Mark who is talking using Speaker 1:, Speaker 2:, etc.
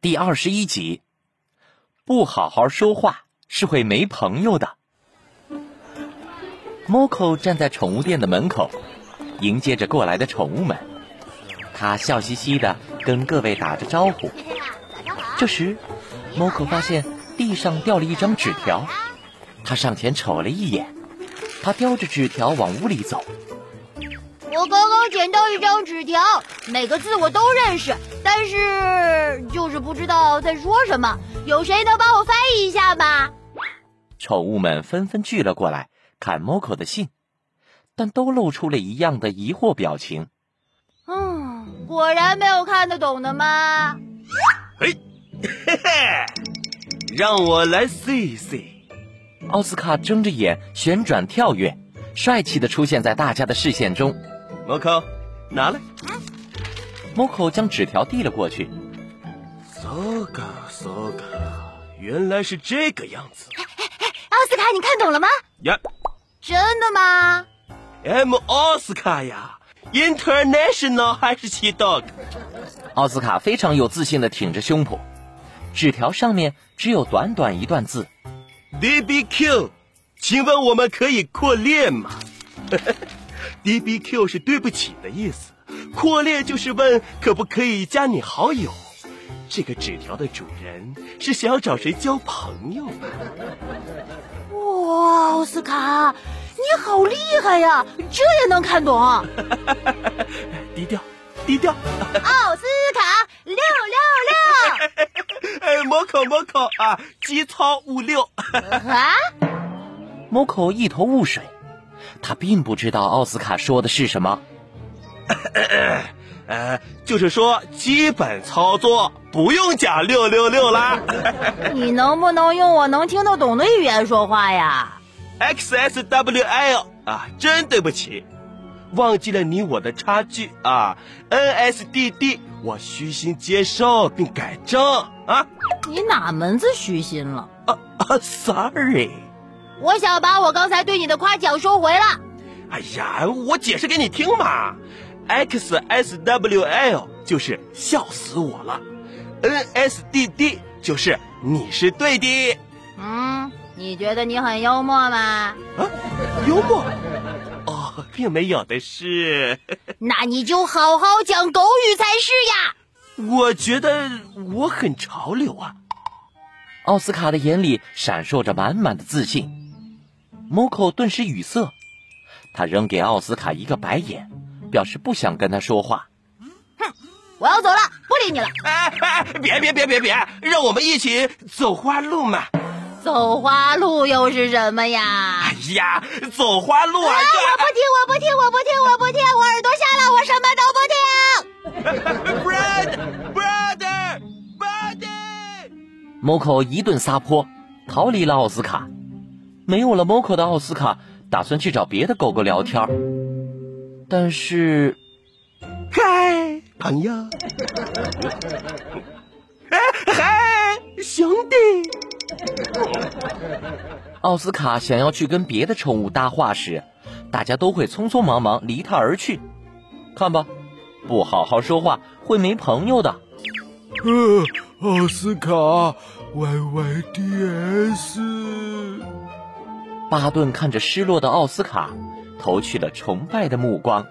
Speaker 1: 第二十一集，不好好说话是会没朋友的。Moco 站在宠物店的门口，迎接着过来的宠物们，他笑嘻嘻的跟各位打着招呼。
Speaker 2: 啊
Speaker 1: 这时，Moco 发现地上掉了一张纸条，他上前瞅了一眼，他叼着纸条往屋里走。
Speaker 2: 我刚刚捡到一张纸条，每个字我都认识，但是就是不知道在说什么。有谁能帮我翻译一下吗？
Speaker 1: 宠物们纷纷聚了过来，看 Moco 的信，但都露出了一样的疑惑表情。
Speaker 2: 嗯，果然没有看得懂的吗？
Speaker 3: 嘿，嘿嘿，让我来试一试。
Speaker 1: 奥斯卡睁着眼旋转跳跃，帅气的出现在大家的视线中。
Speaker 3: 摩口，拿来。
Speaker 1: Moco 将纸条递了过去，
Speaker 3: 搜嘎搜嘎，原来是这个样子
Speaker 2: 奥斯卡，你看懂了吗？
Speaker 3: 呀
Speaker 2: 真的吗？
Speaker 3: ！M 奥斯卡呀，International 还是 Hot Dog？
Speaker 1: 奥斯卡非常有自信的挺着胸脯。纸条上面只有短短一段字。
Speaker 3: DBQ，请问我们可以扩列吗 ？DBQ 是对不起的意思，扩列就是问可不可以加你好友。这个纸条的主人是想要找谁交朋友吧？
Speaker 2: 哇，奥斯卡，你好厉害呀！这也能看懂。奥
Speaker 3: 低调，低调。
Speaker 2: 斯卡六六六
Speaker 3: 哎，摩口摩口啊，基操五六。
Speaker 2: 啊！
Speaker 1: Moco 一头雾水，他并不知道奥斯卡说的是什么。
Speaker 3: 呃，就是说基本操作不用讲六六六啦。
Speaker 2: 你能不能用我能听得懂的语言说话呀？
Speaker 3: XSWL 啊，真对不起，忘记了你我的差距啊。NSDD，我虚心接受并改正啊
Speaker 2: 你哪门子虚心了？
Speaker 3: 啊，sorry。
Speaker 2: 我想把我刚才对你的夸奖收回了。
Speaker 3: 哎呀，我解释给你听嘛。XSWL 就是笑死我了，NSDD 就是你是对的
Speaker 2: 嗯，你觉得你很幽默吗？
Speaker 3: 啊，幽默。哦，并没有的是。
Speaker 2: 那你就好好讲狗语才是呀。
Speaker 3: 我觉得我很潮流啊！
Speaker 1: 奥斯卡的眼里闪烁着满满的自信。Moco 顿时语塞，他扔给奥斯卡一个白眼，表示不想跟他说话。
Speaker 2: 我要走了，不理你了。
Speaker 3: 哎哎，别别别别别，让我们一起走花路嘛！
Speaker 2: 走花路又是什么呀
Speaker 3: 哎？呀，走花路啊！
Speaker 2: 我不听，我不听，我不听，我不听，我耳朵瞎了，我什么都不听。
Speaker 3: b r o t h e brother brother，
Speaker 1: Moco 一顿撒泼，逃离了奥斯卡。没有了 Moco 的奥斯卡打算去找别的狗狗聊天儿，但是
Speaker 3: 嗨，朋友！哎嗨，兄弟！
Speaker 1: 奥斯卡想要去跟别的宠物搭话时，大家都会匆匆忙忙离他而去。看吧，不好好说话会没朋友的。
Speaker 4: 呃，奥斯卡，YYDS。
Speaker 1: 巴顿看着失落的奥斯卡，投去了崇拜的目光。